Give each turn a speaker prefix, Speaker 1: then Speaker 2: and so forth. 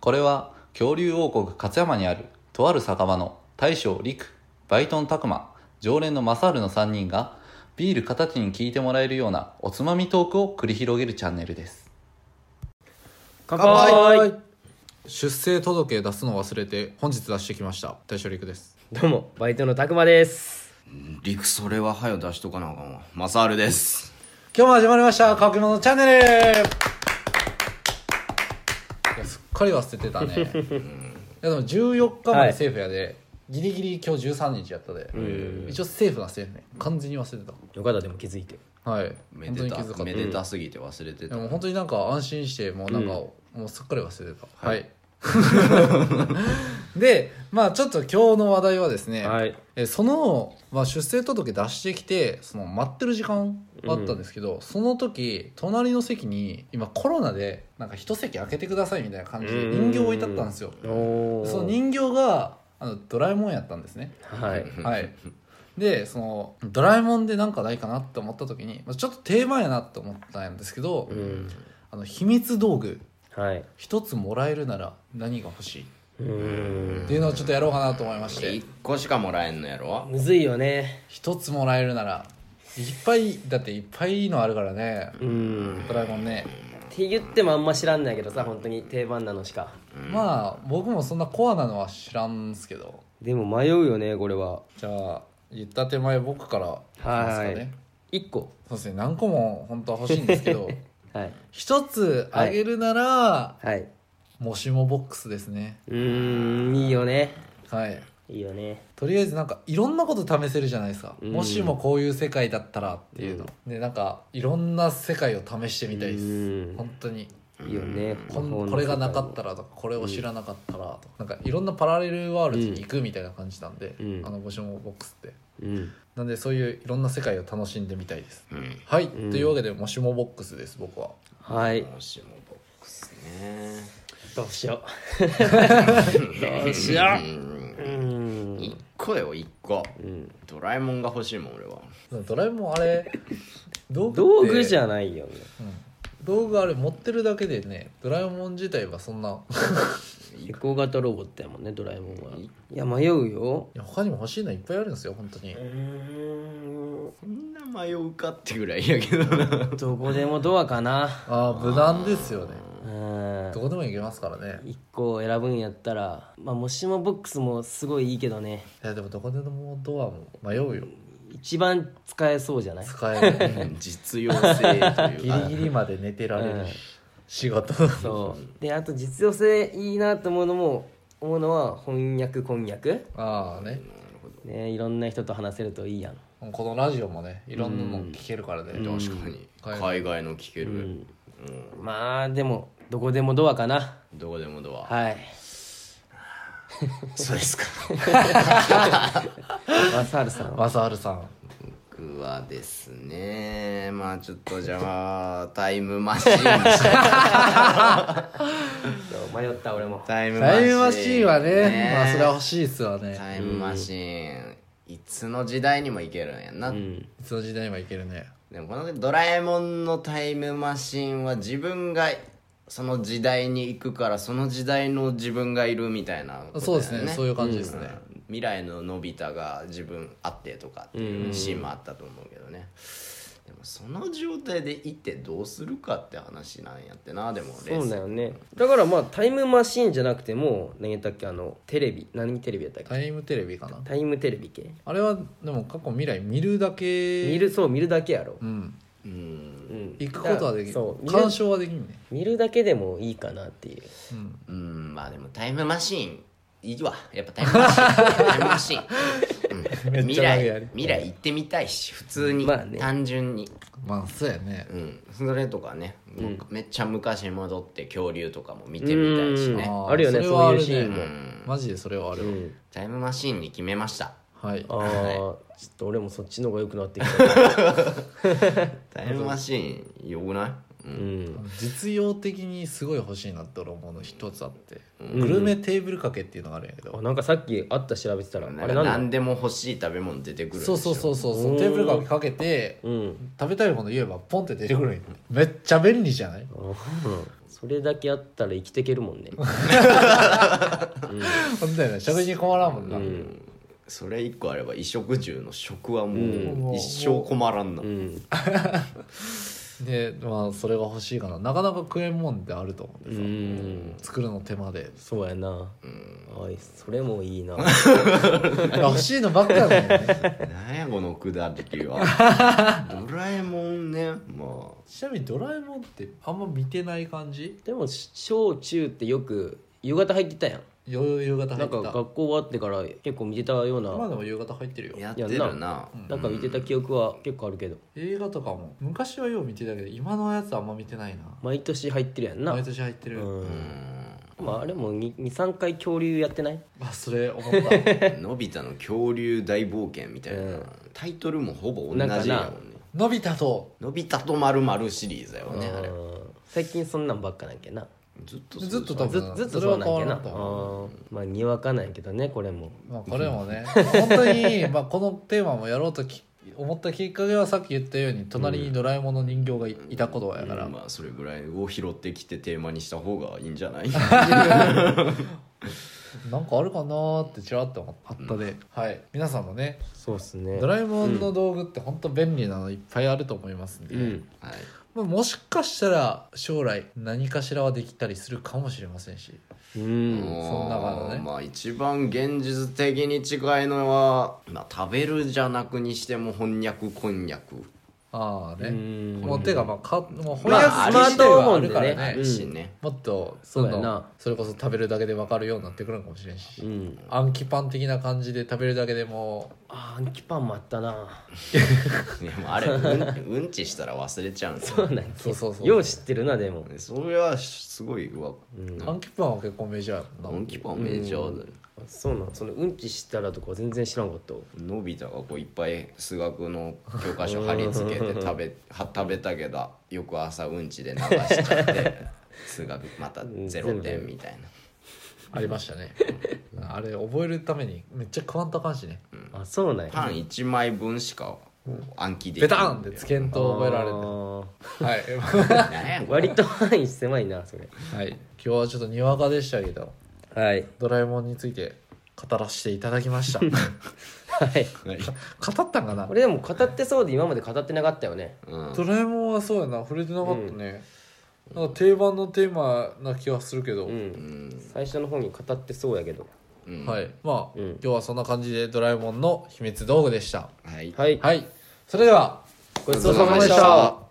Speaker 1: これは恐竜王国勝山にあるとある酒場の大将陸バイトン拓磨常連のマサールの3人がビール形に聞いてもらえるようなおつまみトークを繰り広げるチャンネルです
Speaker 2: 乾
Speaker 3: 乾杯
Speaker 2: 出生届出すの忘れて本日出してきました大将陸です
Speaker 3: どうもバイトのたくまです
Speaker 4: リクそれは早出しとかなあかんわマサールです
Speaker 5: 今日も始まりました「かくのチャンネル
Speaker 2: いやすっかり忘れてた ねいやでも14日までセーフやで、ギリギリ今日13日やったで一応セーフなセーフね完全に忘れて
Speaker 3: よかったでも気づいて
Speaker 2: たはい
Speaker 4: め
Speaker 2: 本当
Speaker 4: で
Speaker 2: に気
Speaker 4: た
Speaker 2: づかった
Speaker 4: めでたすぎて忘れて
Speaker 2: で
Speaker 4: た、
Speaker 2: も本当になんか安心してもうなんか、もうすっかり忘れてたはい、 でまあちょっと今日の話題はですね、
Speaker 3: はい
Speaker 2: えその、まあ、出生届出してきてその待ってる時間があったんですけど、その時隣の席に今コロナでなんか一席空けてくださいみたいな感じで人形置いてあったんですよ
Speaker 3: おー
Speaker 2: その人形があのドラえもんやったんですね
Speaker 3: はい
Speaker 2: はい、でその「ドラえもん」でなんかないかなって思った時にまあちょっと定番やなって思ったんですけど、
Speaker 3: うん
Speaker 2: あの秘密道具
Speaker 3: はい
Speaker 2: 一つもらえるなら何が欲しい、
Speaker 3: うーん
Speaker 2: っていうのをちょっとやろうかなと思いまして
Speaker 4: 1個しかもらえんのやろ
Speaker 3: むずいよね
Speaker 2: 一つもらえるならいっぱいだっていっぱいのあるからね
Speaker 3: うん
Speaker 2: ドラえもんね、
Speaker 3: って言ってもあんま知らんないけどさ本当に定番なのしか
Speaker 2: まあ僕もそんなコアなのは知らんすけど
Speaker 3: でも迷うよねこれは
Speaker 2: じゃあ言った手前僕からいきますかね、
Speaker 3: はい一個
Speaker 2: そうですね何個も本当は欲しいんです けど
Speaker 3: はい
Speaker 2: 一つあげるなら、
Speaker 3: はい
Speaker 2: もしもボックスですね
Speaker 3: うーんいいよね
Speaker 2: はい
Speaker 3: いいよね
Speaker 2: とりあえずなんかいろんなこと試せるじゃないですか、
Speaker 3: うん
Speaker 2: もしもこういう世界だったらっていうの、でなんかいろんな世界を試してみたいです、
Speaker 3: うん
Speaker 2: 本当に
Speaker 3: いいよね
Speaker 2: こんこれがなかったらとかこれを知らなかったらとか、なんかいろんなパラレルワールドに行くみたいな感じなんで、
Speaker 3: うん
Speaker 2: あの募集もボックスって
Speaker 3: うん
Speaker 2: なんでそういういろんな世界を楽しんでみたいです
Speaker 4: うん
Speaker 2: はい、
Speaker 3: うん
Speaker 2: というわけでもしもボックスです僕は
Speaker 3: はい
Speaker 4: もしもボックスね
Speaker 3: どうしようどうしよ
Speaker 4: うん
Speaker 3: ううん
Speaker 4: 1個よ1個
Speaker 3: うん
Speaker 4: ドラえもんが欲しいもん俺は
Speaker 2: ドラえもんあれ道具
Speaker 3: 道具じ
Speaker 2: ゃ
Speaker 3: ゃないよね
Speaker 2: 道具あれ持ってるだけでねドラえもん自体はそんな
Speaker 3: 旅行型ロボットやもんねドラえもんはいや迷うよ
Speaker 2: いや他にも欲しいのいっぱいあるんですよ本当に
Speaker 3: うん
Speaker 4: こんな迷うかってぐらいやけどな
Speaker 3: どこでもドアかな
Speaker 2: ああ無難ですよね
Speaker 3: うん
Speaker 2: どこでも行けますからね
Speaker 3: 一個選ぶんやったらまあもしもボックスもすごいいいけどね
Speaker 2: いやでもどこでもドアも迷うよ
Speaker 3: 一番使えそうじゃない
Speaker 2: 使 えるね
Speaker 4: 実用性という
Speaker 2: ギ
Speaker 4: か
Speaker 2: リギリまで寝てられ
Speaker 3: う
Speaker 2: る
Speaker 3: ん
Speaker 2: し仕事
Speaker 3: そうであと実用性いいなと思うのも思うのは翻訳こんにゃく
Speaker 2: ああね
Speaker 3: ねいろんな人と話せるといいやん
Speaker 2: このラジオもねいろんなの聞けるからね
Speaker 4: 確かに海外の聞ける、
Speaker 3: まあでもどこでもドアかな
Speaker 4: どこでもド ア、
Speaker 3: はい
Speaker 4: そうですか
Speaker 3: マサールさんは
Speaker 2: マサールさん
Speaker 4: 僕はですねまあちょっとじゃあまあタイムマシーン
Speaker 3: そう迷った俺も
Speaker 4: タイムマシーン、
Speaker 2: タイムマシーンはねまあそれは欲しいっすわね
Speaker 4: タイムマシーン、いつの時代にもいけるんやんな、
Speaker 2: いつの時代にも行けるね
Speaker 4: でもこのドラえもんのタイムマシーンは自分がその時代に行くからその時代の自分がいるみたいなことだよ、
Speaker 2: そうですねそういう感じですね
Speaker 4: 未来ののび太が自分あってとかっていうシーンもあったと思うけどね、でもその状態で行ってどうするかって話なんやってなでも
Speaker 3: そうだ
Speaker 4: よ
Speaker 3: よねだからまあタイムマシーンじゃなくても何やったっけあのテレビ何テレビやったっけ
Speaker 2: タイムテレビかな
Speaker 3: タイムテレビ系
Speaker 2: あれはでも過去未来見るだけ
Speaker 3: 見るそう見るだけやろ、
Speaker 2: うん
Speaker 3: う
Speaker 4: うん
Speaker 3: ん
Speaker 2: 行くことはでき
Speaker 3: だか
Speaker 2: る
Speaker 3: らそう見る
Speaker 2: 干渉はできんね
Speaker 3: 見るだけでもいいかなっていう
Speaker 2: うん
Speaker 4: うんまあでもタイムマシーンいいわやっぱタイムマシーンタイムマシーン、うん
Speaker 2: めっ
Speaker 4: 未
Speaker 2: ちゃ長いや
Speaker 4: 来
Speaker 2: り
Speaker 4: 未来行ってみたいし普通に、
Speaker 3: まあね
Speaker 4: 単純に、
Speaker 2: まあそうやね
Speaker 4: うん、それとかね、めっちゃ昔戻って恐竜とかも見てみたいし
Speaker 3: うん
Speaker 4: ね
Speaker 2: あー
Speaker 3: あるよ
Speaker 2: そ
Speaker 3: ね
Speaker 2: れはある
Speaker 3: そういうシーンも
Speaker 4: うん
Speaker 2: マジでそれはあるわ
Speaker 4: タイムマシーンに決めました
Speaker 2: はい
Speaker 3: ああ、
Speaker 4: はい
Speaker 3: ちょっと俺もそっちの方が良くなってきた
Speaker 4: タイムマシーンよくないうん
Speaker 2: 実用的にすごい欲しいなって俺思うの一つあって、
Speaker 4: うん
Speaker 2: グルメテーブルかけっていうのがあるんやけど、
Speaker 3: あなんかさっきあった調べてたらあ
Speaker 4: な
Speaker 3: れ
Speaker 4: ん
Speaker 3: な
Speaker 4: か
Speaker 3: んだ
Speaker 4: 何でも欲しい食べ物出てくるでし
Speaker 2: そ
Speaker 4: ょ
Speaker 2: うそうそうそう
Speaker 3: うん
Speaker 2: テーブルかけかけて
Speaker 3: うん
Speaker 2: 食べたいもの言えばポンって出てくるんやめっちゃ便利じゃない
Speaker 3: あうんそれだけあったら生きていけるもんね
Speaker 2: ほんだよね食事に困らんもんな、
Speaker 3: うん
Speaker 4: それ一個あれば衣食住の食は
Speaker 3: うん
Speaker 4: もう一生困らんな、
Speaker 3: うん
Speaker 2: でまあそれが欲しいかななかなか食えんもんってあると思うん
Speaker 3: う
Speaker 2: でさ、
Speaker 3: ん
Speaker 2: 作るの手間で
Speaker 3: そうやなあいそれもいいな
Speaker 2: 欲しいのばっかやもんね
Speaker 4: なんやこのくだりはドラえもんねま
Speaker 2: ちなみにドラえもんってあんま見てない感じ
Speaker 3: でも小中ってよく夕方入ってたやん
Speaker 2: よ夕方入
Speaker 3: な
Speaker 2: っ
Speaker 3: んか
Speaker 2: て
Speaker 3: 学
Speaker 2: た
Speaker 3: 校終わってから結構見てたよう
Speaker 2: 今
Speaker 3: な
Speaker 2: でも夕方入ってるよ
Speaker 4: あやってるな
Speaker 3: なんか見てた記憶は結構あるけど
Speaker 2: 映画とかも昔はよう見てたけど今のやつあんま見てないな
Speaker 3: 毎年入ってるやんな
Speaker 2: 毎年入ってる、
Speaker 3: うんまああれも23回恐竜やってない
Speaker 2: あそれ思った
Speaker 4: のび太の恐竜大冒険みたいな、
Speaker 3: うん
Speaker 4: タイトルもほぼ同じ
Speaker 3: な
Speaker 4: や
Speaker 3: んかな
Speaker 4: もんね
Speaker 2: のび太と
Speaker 4: のび太とまるまるシリーズだよねあれ
Speaker 3: うん最近そんなんばっかなんやけどな
Speaker 4: ずっとそう
Speaker 2: ずっと多
Speaker 3: ず
Speaker 2: 分
Speaker 3: ずっとそうなんやけどな
Speaker 2: それは変わらんと思う
Speaker 3: うんまあにわかなんやけどねこれも
Speaker 2: まあ、これもね本当に、まあ、このテーマもやろうとき思ったきっかけはさっき言ったように隣にドラえもんの人形がいいたことやから、
Speaker 4: まあそれぐらいを拾ってきてテーマにした方がいいんじ ゃない
Speaker 2: なんかあるかなーってちらっと思ったあったで、はい皆さんもね
Speaker 3: そうっすね
Speaker 2: ドラえもんの道具って本当便利なのいっぱいあると思いますんで、
Speaker 3: うん
Speaker 4: はい
Speaker 2: まあ、もしかしたら将来何かしらはできたりするかもしれませんし
Speaker 3: うん
Speaker 2: そんな感じね
Speaker 4: まあ一番現実的に近いのは、まあ、食べるじゃなくにしても翻訳こんにゃく
Speaker 2: ああね、
Speaker 3: うん
Speaker 2: もうてかまあかもう翻
Speaker 4: ま
Speaker 2: 訳
Speaker 4: あ
Speaker 2: スマートフォンあるからね,、
Speaker 3: あ
Speaker 4: あるしね、
Speaker 2: もっと
Speaker 3: そう
Speaker 2: そ
Speaker 3: やな
Speaker 2: のそれこそ食べるだけで分かるようになってくるのかもしれんし、
Speaker 3: うん
Speaker 2: 暗記パン的な感じで食べるだけでも
Speaker 3: あーアンキパンもあったな
Speaker 4: でもあれうんうんちしたら忘れちゃうんだよ
Speaker 3: そうなんや
Speaker 2: そうそうそう
Speaker 3: よう知ってるなでも
Speaker 4: それはすごいうわ
Speaker 2: 暗記パンは結構メジャーやも
Speaker 4: ド
Speaker 2: ん
Speaker 4: ン
Speaker 2: な
Speaker 4: キパンメジャーだよ
Speaker 3: あそうなんそのうんちしたらとか全然知らんかった
Speaker 4: のび太がこういっぱい数学の教科書貼り付けて食べは食べたけど翌朝うんちで流しちゃって数学またゼロ点みたいな
Speaker 2: ありましたねあれ覚えるためにめっちゃ食わんとあかんしね
Speaker 3: あそうなんや
Speaker 4: パン1枚分しか暗記でき
Speaker 2: ベ
Speaker 4: な
Speaker 2: タ
Speaker 4: い
Speaker 2: ン
Speaker 4: ん
Speaker 2: っ
Speaker 4: だ
Speaker 2: て
Speaker 4: よ
Speaker 2: つけんと覚えられて
Speaker 3: あ
Speaker 2: は
Speaker 4: 何や
Speaker 3: ー割と範囲狭いなそれ
Speaker 2: い、はい、今日はちょっとにわかでしたけど
Speaker 3: はい
Speaker 2: ドラえもんについて語らせていただき ました
Speaker 3: はい
Speaker 4: はい
Speaker 2: 語ったんかな
Speaker 3: これでも語ってそうで今まで語ってなかったよね
Speaker 4: うん
Speaker 2: ドラえもんはそうやな触れてなかったね、なんか定番のテーマな気はするけど、
Speaker 3: うん最初の方に語ってそうやけど
Speaker 4: うん
Speaker 2: はいまあ、
Speaker 3: うん
Speaker 2: 今日はそんな感じでドラえもんの秘密道具でした
Speaker 4: はい
Speaker 3: はい
Speaker 2: はいそれでは
Speaker 3: ごちそうさまでした